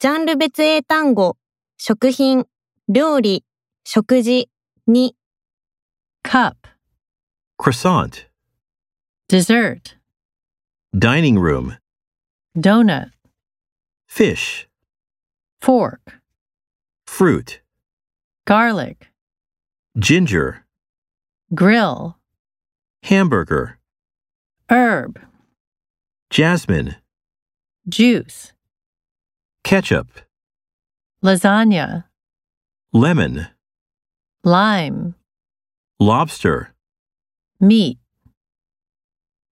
ジャンル別英単語、食品、料理、食事、に、 cup, croissant, dessert, dining room, donut, fish, fork, fruit, garlic, ginger, grill, hamburger, herb, jasmine, juice, ketchup, lasagna, lemon, lime, lobster. meat.